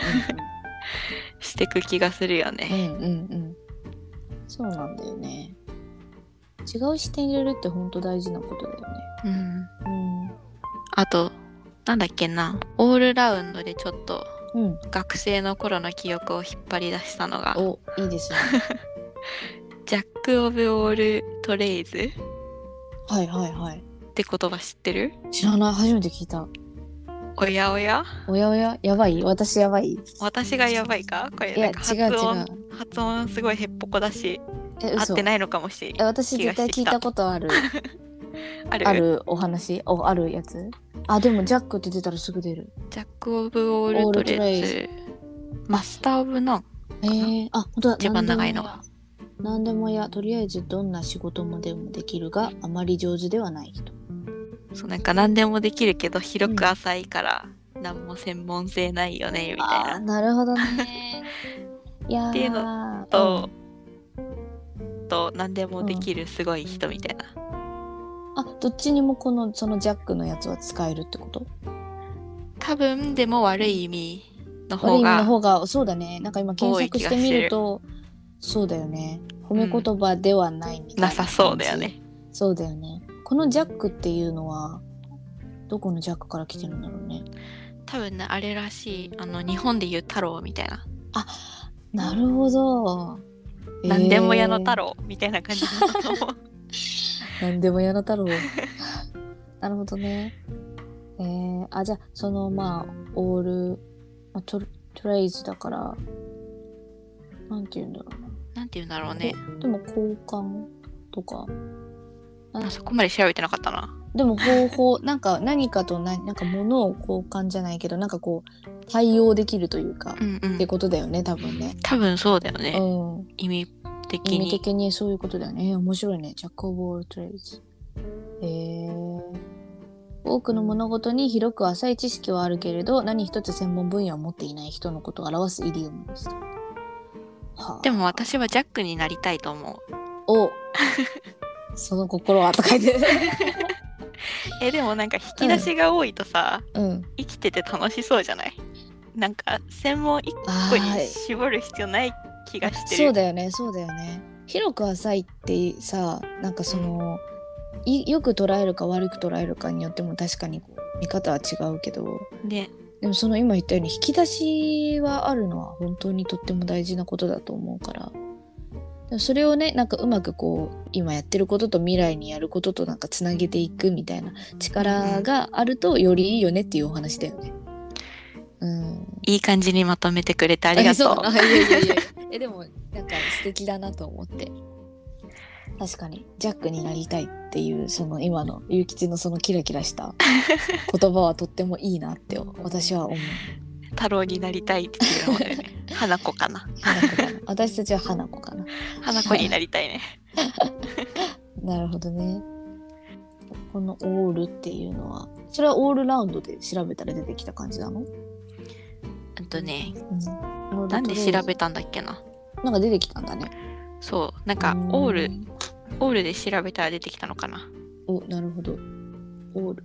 Speaker 2: してく気がするよ
Speaker 3: うん
Speaker 2: ね。
Speaker 3: うんうんそうなんだよね違う視点入れるって本当大事なことだよね
Speaker 2: うん、あとなんだっけなオールラウンドでちょっと
Speaker 3: うん、うん、
Speaker 2: 学生の頃の記憶を引っ張り出したのが
Speaker 3: おいいですね
Speaker 2: ジャック・オブ・オール・トレイズ
Speaker 3: はいはいはい
Speaker 2: って言葉知ってる
Speaker 3: 知らない初めて聞いた
Speaker 2: おやおや
Speaker 3: おやおややばい私やばい
Speaker 2: 私がやばいかこれ
Speaker 3: い
Speaker 2: な
Speaker 3: や
Speaker 2: んか発
Speaker 3: 違う違
Speaker 2: 音
Speaker 3: う
Speaker 2: 発音すごいへっぽこだし
Speaker 3: え
Speaker 2: 合
Speaker 3: 嘘
Speaker 2: ってないのかもしれ
Speaker 3: え
Speaker 2: ない
Speaker 3: 私絶対聞いたことある
Speaker 2: ある
Speaker 3: あるお話おあるやつあでもジャックって出たらすぐ出る
Speaker 2: ジャック・オブ・オール・トレ
Speaker 3: オールトレイ
Speaker 2: イズマスター・オブ・ノン
Speaker 3: えー、あ本当だ
Speaker 2: 一番長いのが
Speaker 3: 何でもやとりあえずどんな仕事もでもできるがあまり上手ではない人
Speaker 2: そうなんか何でもできるけど広く浅いから何も専門性ないよねみたいな
Speaker 3: あー。なるほどね いやー
Speaker 2: っていうと、と何でもできるすごい人みたいな。
Speaker 3: うんあどっちにもこのそのジャックのやつは使えるってこと
Speaker 2: 多分でも悪い意味の
Speaker 3: 悪い
Speaker 2: 方
Speaker 3: 意味の
Speaker 2: が
Speaker 3: 方がそうだねなんか今検索してみるとそうだよね褒め言葉ではないみたいな
Speaker 2: な
Speaker 3: 感じ、
Speaker 2: さそうだよね。
Speaker 3: そうだよねこのジャックっていうのはどこのジャックから来てるんだろうね
Speaker 2: 多分ねあれらしいあの日本で言う太郎みたいな、
Speaker 3: なるほど
Speaker 2: 何でも屋の
Speaker 3: えー
Speaker 2: 太郎みたいな感じだと 思う。
Speaker 3: なんでもやら太郎なるほどね。えー、あじゃあそのまあオール、まあ、トルトレイズだからなんて言うんだろうな
Speaker 2: なんて言うんだろうね。
Speaker 3: でも交換とか
Speaker 2: あそこまで調べてなかったな。
Speaker 3: でも方法なんか何かと何なんか物を交換じゃないけどなんかこう対応できるというか、
Speaker 2: うんう
Speaker 3: って
Speaker 2: ん。
Speaker 3: ことだよね多分ね。
Speaker 2: 多分そうだよね。
Speaker 3: うん、
Speaker 2: 意味的
Speaker 3: 意味
Speaker 2: に。
Speaker 3: 的にそういうことだよね。えー面白いね。ジャック・オブ・オール・トレイズ。えー、多くの物事に広く浅い知識はあるけれど、何一つ専門分野を持っていない人のことを表すイディオムです。はあ、
Speaker 2: でも私はジャックになりたいと思う。
Speaker 3: おその心はとか言って。
Speaker 2: えでもなんか引き出しが多いとさ、
Speaker 3: うん。
Speaker 2: 生きてて楽しそうじゃないなんか専門一
Speaker 3: あ
Speaker 2: 個
Speaker 3: ー
Speaker 2: に絞る必要ない気がしてる。
Speaker 3: そうだよねそうだよね広く浅いってさなんかその、いよく捉えるか悪く捉えるかによっても確かにこう見方は違うけど
Speaker 2: ね
Speaker 3: でもその今言ったように引き出しはあるのは本当にとっても大事なことだと思うからでもそれをねなんかうまくこう今やってることと未来にやることとなんかつなげていくみたいな力があるとよりいいよねっていうお話だよね。うん、
Speaker 2: いい感じにまとめてくれてありがとう。
Speaker 3: えそうなのいやいやいやいやえでもなんか素敵だなと思って確かにジャックになりたいっていうその今の諭吉のそのキラキラした言葉はとってもいいなって私は思う。
Speaker 2: 太郎になりたいっていうのでね 花子かな
Speaker 3: 花子かな私たちは花子かな
Speaker 2: 花子になりたいね
Speaker 3: なるほどねこのオールっていうのはそれはオールラウンドで調べたら出てきた感じなの、
Speaker 2: あとね
Speaker 3: うん、
Speaker 2: なんで調べたんだっけな
Speaker 3: なんか出てきたんだね
Speaker 2: そうなんか
Speaker 3: うん
Speaker 2: オールオールで調べたら出てきたのかな
Speaker 3: おなるほどオール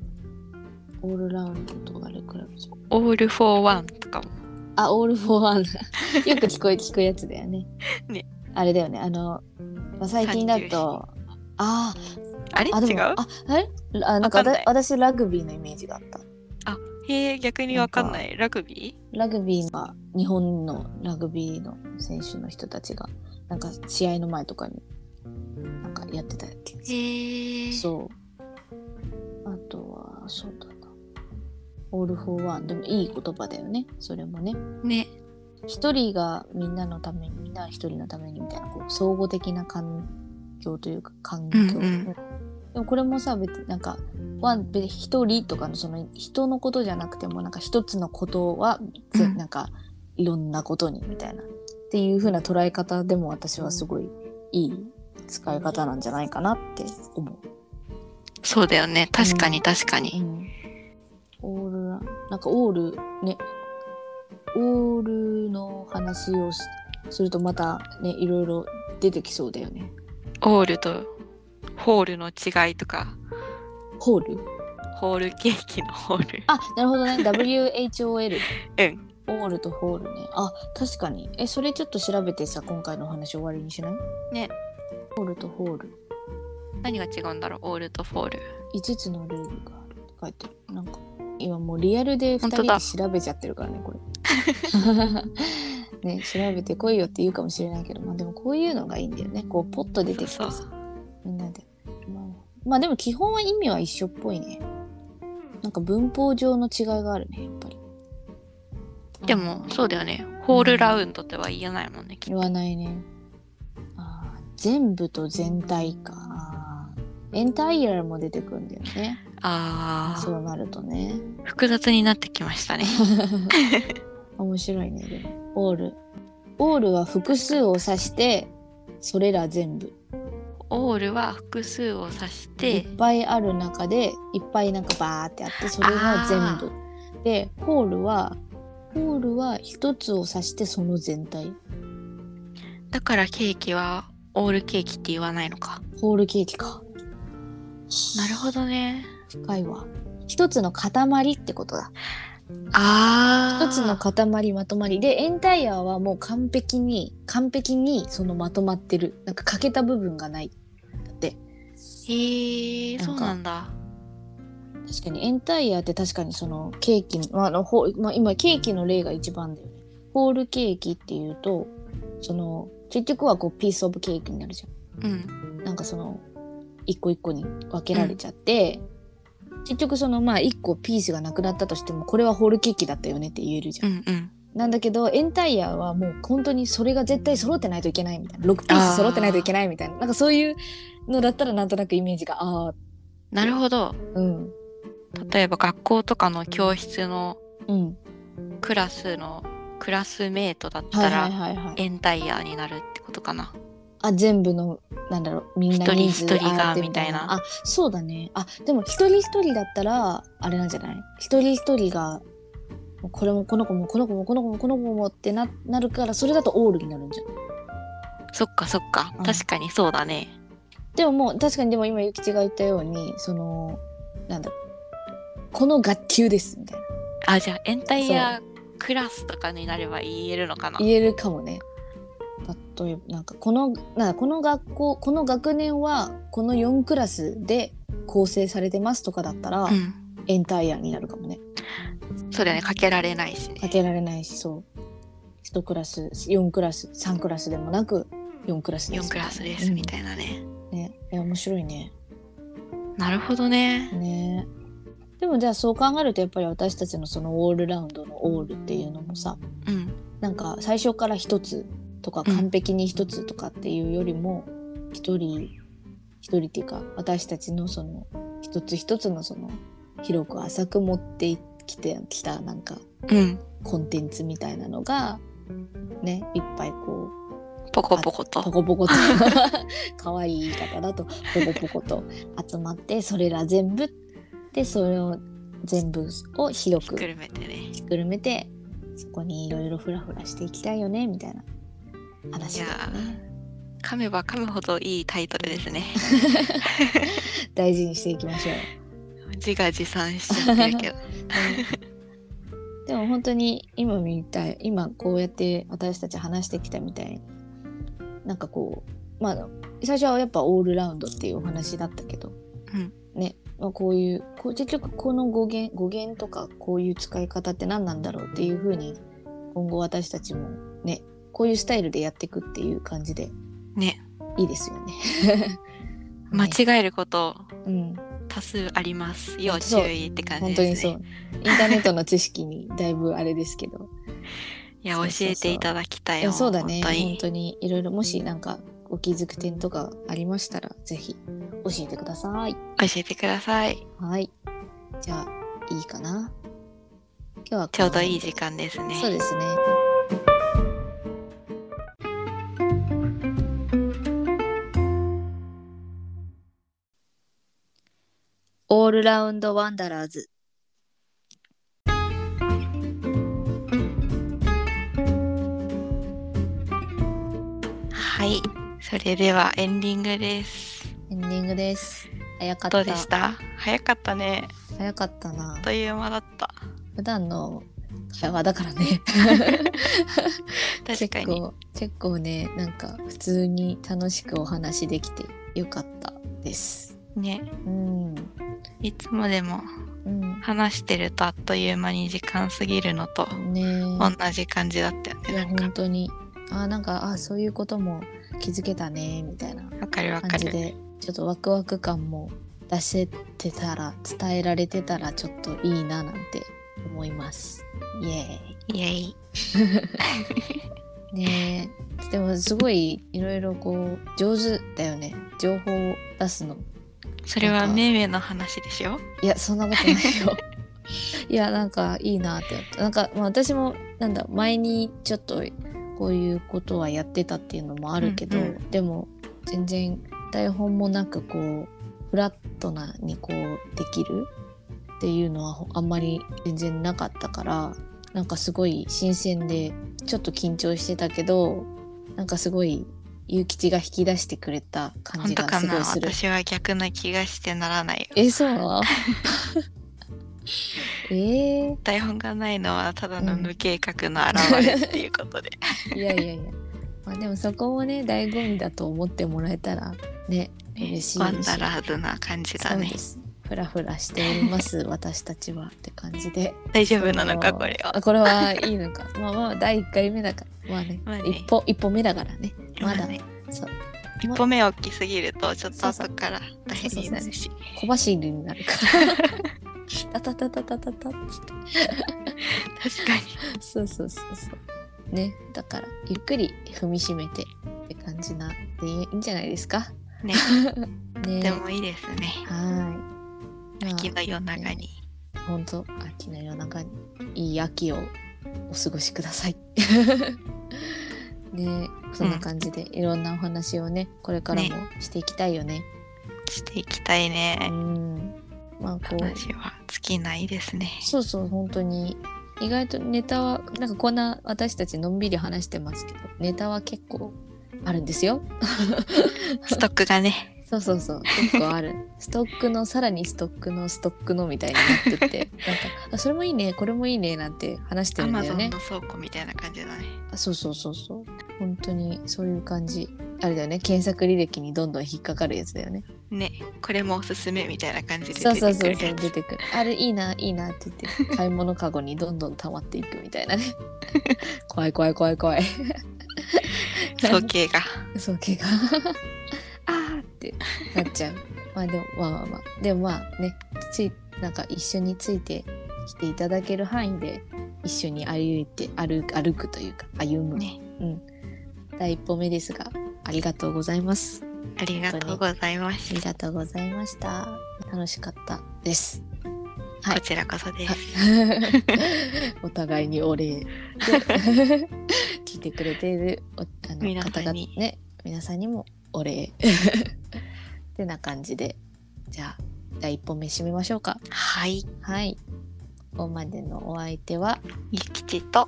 Speaker 3: オールラウンドとあれ比べちゃう
Speaker 2: オールフォーワンとかも
Speaker 3: あオールフォー ワンよく聞こえ聞くやつだよね
Speaker 2: ね
Speaker 3: あれだよねあの、まあ、最近だとあー
Speaker 2: あれ
Speaker 3: あ
Speaker 2: 違
Speaker 3: でも
Speaker 2: う
Speaker 3: ああれあなんか
Speaker 2: わかんな
Speaker 3: わた
Speaker 2: い
Speaker 3: 私ラグビーのイメージがあった
Speaker 2: へえ逆にわかんないラグビ
Speaker 3: ラグビーは日本のラグビーの選手の人たちがなんか試合の前とかになんかやってたやつ
Speaker 2: ーへえ
Speaker 3: そうあとはそうだなオール・フォー・ワンでもいい言葉だよねそれもね
Speaker 2: ね
Speaker 3: 一人がみんなのためにみんな一人のためにみたいなこう総合的な環境というか環境、
Speaker 2: うんうん
Speaker 3: でもこれもさ別になんかワン別に一人とかのその人のことじゃなくてもなんか一つのことは、ぜ
Speaker 2: うん
Speaker 3: なんかいろんなことにみたいなっていう風な捉え方でも私はすごいいい使い方なんじゃないかなって思う。
Speaker 2: そうだよね確かに確かに、
Speaker 3: オールラなんかオールねオールの話をすするとまたねいろいろ出てきそうだよね
Speaker 2: オールとホールの違いとか
Speaker 3: ホール
Speaker 2: ホールケーキのホール
Speaker 3: あなるほどね WHOL
Speaker 2: うん
Speaker 3: オールとホールねあ確かにえそれちょっと調べてさ今回のお話終わりにしない
Speaker 2: ね
Speaker 3: ホールとホール
Speaker 2: 何が違うんだろうオールとフォール
Speaker 3: 5つのルールがあるって書いてあるなんか今もうリアルで2
Speaker 2: 本当だ
Speaker 3: 人で調べちゃってるからねこれね調べてこいよって言うかもしれないけどまあでもこういうのがいいんだよねこうポッと出てきて
Speaker 2: そ
Speaker 3: さ
Speaker 2: うそ
Speaker 3: みんなでまあまあでも基本は意味は一緒っぽいねなんか文法上の違いがあるねやっぱり
Speaker 2: でもそうだよねホールラウンドっては言えないもんね、きっ
Speaker 3: 言わないねあー全部と全体かあーエンタイヤーも出てくるんだよね
Speaker 2: とあ
Speaker 3: そ
Speaker 2: あ
Speaker 3: うなるとね
Speaker 2: 複雑になってきま したね
Speaker 3: 面白いねでもオールオールは複数を指してそれら全部
Speaker 2: オールは複数を指し
Speaker 3: い
Speaker 2: て
Speaker 3: っぱいある中でいっぱいなんかバーってあってそれが全部でホールはホールは一つを指してその全体
Speaker 2: だからケーキはオールケーキって言わないのか
Speaker 3: ホールケーキか
Speaker 2: なるほどね
Speaker 3: 深いわ一つの塊ってことだ
Speaker 2: ああ
Speaker 3: 一つの塊まとまりでエンタイヤはもう完璧に完璧にそのまとまってるなんか欠けた部分がないだって
Speaker 2: へえ
Speaker 3: なん
Speaker 2: そ
Speaker 3: か
Speaker 2: うなんだ
Speaker 3: 確かにエンタイヤって確かにそのケーキ、まああのほまあ、今ケーキの例が一番だよねホールケーキっていうとその結局はこうピースオブケーキになるじ
Speaker 2: うん
Speaker 3: ゃんなんかその一個一個に分けられちゃって、結局そのまあ一個ピースがなくなったとしてもこれはホールケーキだったよねって言えるじゃ、
Speaker 2: うんんうん
Speaker 3: なんだけどエンタイヤはもう本当にそれが絶対揃ってないといけないみたいな6ピース揃ってないといけないみたいななんかそういうのだったらなんとなくイメージがああ
Speaker 2: なるほど
Speaker 3: うん
Speaker 2: 例えば学校とかの教室の
Speaker 3: うん
Speaker 2: クラスのクラスメートだった
Speaker 3: はい
Speaker 2: ら、
Speaker 3: はいはいはい
Speaker 2: エンタイヤーになるってことかな
Speaker 3: あ全部のなんだろうみんな
Speaker 2: 一人
Speaker 3: 人数
Speaker 2: 一人が
Speaker 3: あって
Speaker 2: みたいな
Speaker 3: あそうだねあでも一人一人だったらあれなんじゃない一人一人がもうこれもこの子もこの子もこの子もこの子もってななるからそれだとオールになるんじゃん
Speaker 2: そっかそっか、
Speaker 3: うん
Speaker 2: 確かにそうだね
Speaker 3: でももう確かにでも今ゆきちが言ったようにそのなんだろうこの学級ですみたいな
Speaker 2: あじゃあエンタイヤークラスとかになれば言えるのかな
Speaker 3: 言えるかもね例えばなんかこのなんかこの学校この学年はこの4クラスで構成されてますとかだったら、
Speaker 2: うん
Speaker 3: エンタイヤーになるかもね
Speaker 2: そうだよねかけられないしね
Speaker 3: かけられないしそう1クラス4クラス3クラスでもなく4クラスです
Speaker 2: 4クラスですみたいなね、
Speaker 3: いな、うんねいや面白いね
Speaker 2: なるほどね
Speaker 3: ねでもじゃあそう考えるとやっぱり私たちのそのオールラウンドのオールっていうのもさ
Speaker 2: うん
Speaker 3: なんか最初から1つとか完璧に1つとかっていうよりも1人1人っていうか私たちのその一つ一つのその広く浅く持ってきてきたなんか
Speaker 2: うん
Speaker 3: コンテンツみたいなのがねいっぱいこう
Speaker 2: ポコポコ
Speaker 3: ポ
Speaker 2: と
Speaker 3: コ ポコと可愛い言い方だとポコポコと集まってそれら全部でそれを全部を広
Speaker 2: ひっく
Speaker 3: く
Speaker 2: るめてね
Speaker 3: ひっくるめてそこにいろいろフラフラしていきたいよねみたいな話だよ
Speaker 2: いや
Speaker 3: ね
Speaker 2: 噛めば噛むほどいいタイトルです ね
Speaker 3: 大事にしていきましょう。
Speaker 2: 自画自賛しちゃってるけど
Speaker 3: でも本当に今みたい今こうやって私たち話してきたみたいになんかこうまあ最初はやっぱオールラウンドっていうお話だったけど、
Speaker 2: うん
Speaker 3: ね、まあ、こういうこう結局この語源語源とかこういう使い方って何なんだろうっていうふうに今後私たちもねこういうスタイルでやっていくっていう感じで
Speaker 2: ね
Speaker 3: いいですよね。
Speaker 2: 間
Speaker 3: ね
Speaker 2: 違えること
Speaker 3: うん
Speaker 2: 多数あります要注
Speaker 3: そう
Speaker 2: 意って感
Speaker 3: 本
Speaker 2: じ
Speaker 3: 当に
Speaker 2: です
Speaker 3: そう
Speaker 2: ね
Speaker 3: インターネットの知識にだいぶあれですけど
Speaker 2: いや
Speaker 3: そ
Speaker 2: 教
Speaker 3: うそうそう
Speaker 2: えていただきたい
Speaker 3: いや
Speaker 2: よ
Speaker 3: そうだ
Speaker 2: 本
Speaker 3: ね
Speaker 2: 当
Speaker 3: 本
Speaker 2: に
Speaker 3: 当にいろいろもしなんかお気づく点とかありましたらぜひ教えてください
Speaker 2: 教えてください
Speaker 3: はいじゃあいいかな今日は
Speaker 2: ちょうどいい時間ですね
Speaker 3: そうですね
Speaker 1: オールラウンドワンダラーズ
Speaker 2: はいそれではエンディングです
Speaker 3: エンディングです早かった
Speaker 2: どうでした早かったね
Speaker 3: 早かったな
Speaker 2: あっという間だった
Speaker 3: 普段の会話だからね
Speaker 2: 確か
Speaker 3: 結
Speaker 2: に
Speaker 3: 構結構ねなんか普通に楽しくお話できてよかったです
Speaker 2: ね
Speaker 3: うん
Speaker 2: いつもでも
Speaker 3: うん
Speaker 2: 話してるとあっという間に時間過ぎるのと
Speaker 3: ねえ
Speaker 2: 同じ感じだったよ
Speaker 3: い
Speaker 2: ね
Speaker 3: や
Speaker 2: なんか
Speaker 3: 本当にあーなんかあーそういうことも気づけたねみたいな
Speaker 2: わかるわか
Speaker 3: 感じ
Speaker 2: る
Speaker 3: でちょっとワクワク感も出せてたら伝えられてたらちょっといいななんて思いますイエ
Speaker 2: イエイ
Speaker 3: ーイねえでもすごいいろいろこう上手だよね情報を出すの
Speaker 2: それ
Speaker 3: な
Speaker 2: は
Speaker 3: んか
Speaker 2: めいめいの話でしょ
Speaker 3: いやそんなことない よいやなんかいいなって思ったなんか、まあ、私もなんだ前にちょっとこういうことはやってたっていうのもあるけど、
Speaker 2: うんう
Speaker 3: でも全然台本もなくこうフラットなにこうできるっていうのはあんまり全然なかったからなんかすごい新鮮でちょっと緊張してたけどなんかすごい結吉が引き出してくれた感
Speaker 2: 本
Speaker 3: じ
Speaker 2: 当
Speaker 3: が
Speaker 2: か
Speaker 3: す
Speaker 2: な
Speaker 3: ごいする。
Speaker 2: 私は逆な気がしてならないよ
Speaker 3: えそうえー、
Speaker 2: 台本がないのはただの
Speaker 3: うん
Speaker 2: 無計画の表れっていうことで、
Speaker 3: いやいやいや。まあでもそこもね、醍醐味だと思ってもらえたらね、 嬉しい
Speaker 2: ワン
Speaker 3: し
Speaker 2: ダラーズな感じだ
Speaker 3: そう
Speaker 2: ね
Speaker 3: です。ふらふらしております、私たちはって感じで。
Speaker 2: 大丈夫なの
Speaker 3: あ
Speaker 2: か
Speaker 3: の
Speaker 2: これは
Speaker 3: あこれはいいのか。まあまあ、第1回目だから。まあね、
Speaker 2: まあね
Speaker 3: 一歩、一歩目だからね。まだ
Speaker 2: ね
Speaker 3: そう
Speaker 2: 一歩目大きすぎるとちょっと
Speaker 3: そう
Speaker 2: 後から大変になるし
Speaker 3: 小走りになるから。タタタタタタタっつって。
Speaker 2: 確かに
Speaker 3: そうそうそうそう。ね、だから、ゆっくり踏みしめてって感じな、でいいんじゃないですか。
Speaker 2: ね
Speaker 3: ね。
Speaker 2: でもいいですね
Speaker 3: はーい。
Speaker 2: 秋の夜長に
Speaker 3: 本当秋の夜中にいい秋をお過ごしください。 ねえそんな感じでいろんなお話をねこれからもしていきたいよね。
Speaker 2: していきたいうね
Speaker 3: んまあこう
Speaker 2: 話は尽きないです ね
Speaker 3: そうそう本当に意外とネタはなんかこんな私たちのんびり話してますけどネタは結構あるんですよ。
Speaker 2: ストックがね
Speaker 3: そうそうそう結構ある ストックのさらにストックのストックのみたいになってってなんかあそれもいいねこれもいいねなんて話して
Speaker 2: ア
Speaker 3: るん
Speaker 2: マ
Speaker 3: だよ
Speaker 2: ゾン
Speaker 3: ね
Speaker 2: の。倉庫みたいな感じだね
Speaker 3: あそうそうそうそう本当にそういう感じあれだよね検索履歴にどんどん引っかかるやつだよね
Speaker 2: ねこれもおすすめみたいな感じで
Speaker 3: そう
Speaker 2: 出て
Speaker 3: そう
Speaker 2: く
Speaker 3: そう
Speaker 2: る
Speaker 3: そう
Speaker 2: や
Speaker 3: 出
Speaker 2: つ
Speaker 3: てくるあれいいないいなって言って買い物かごにどんどん溜まっていくみたい なね怖い怖い怖い怖い
Speaker 2: 総計 が
Speaker 3: そう怪が あーってなっちゃうまあでもまあまあまあでもまあねついなんか一緒についてきていただける範囲で一緒に歩いて歩く歩くというか歩む
Speaker 2: ね
Speaker 3: うん第一歩目ですがありがとうございます
Speaker 2: ありがとうございま
Speaker 3: あ
Speaker 2: し
Speaker 3: りがとうございました。楽しかったです。
Speaker 2: たこちらこそです
Speaker 3: お互いにお礼で 聞いてくれているおあの
Speaker 2: 皆さ
Speaker 3: 方
Speaker 2: ん
Speaker 3: 々
Speaker 2: に
Speaker 3: ね、皆さんにもお礼。 ってな感じで、じゃあ第一本目締めましょうか。
Speaker 2: はい
Speaker 3: はい。ここまでのお相手は
Speaker 2: ゆきちと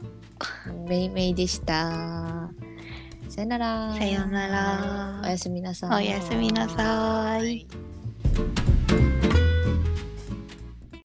Speaker 3: めいめいでした。さよなら。
Speaker 2: さよなら
Speaker 3: おやすみなさ
Speaker 2: お
Speaker 3: い。
Speaker 2: やすみなさーい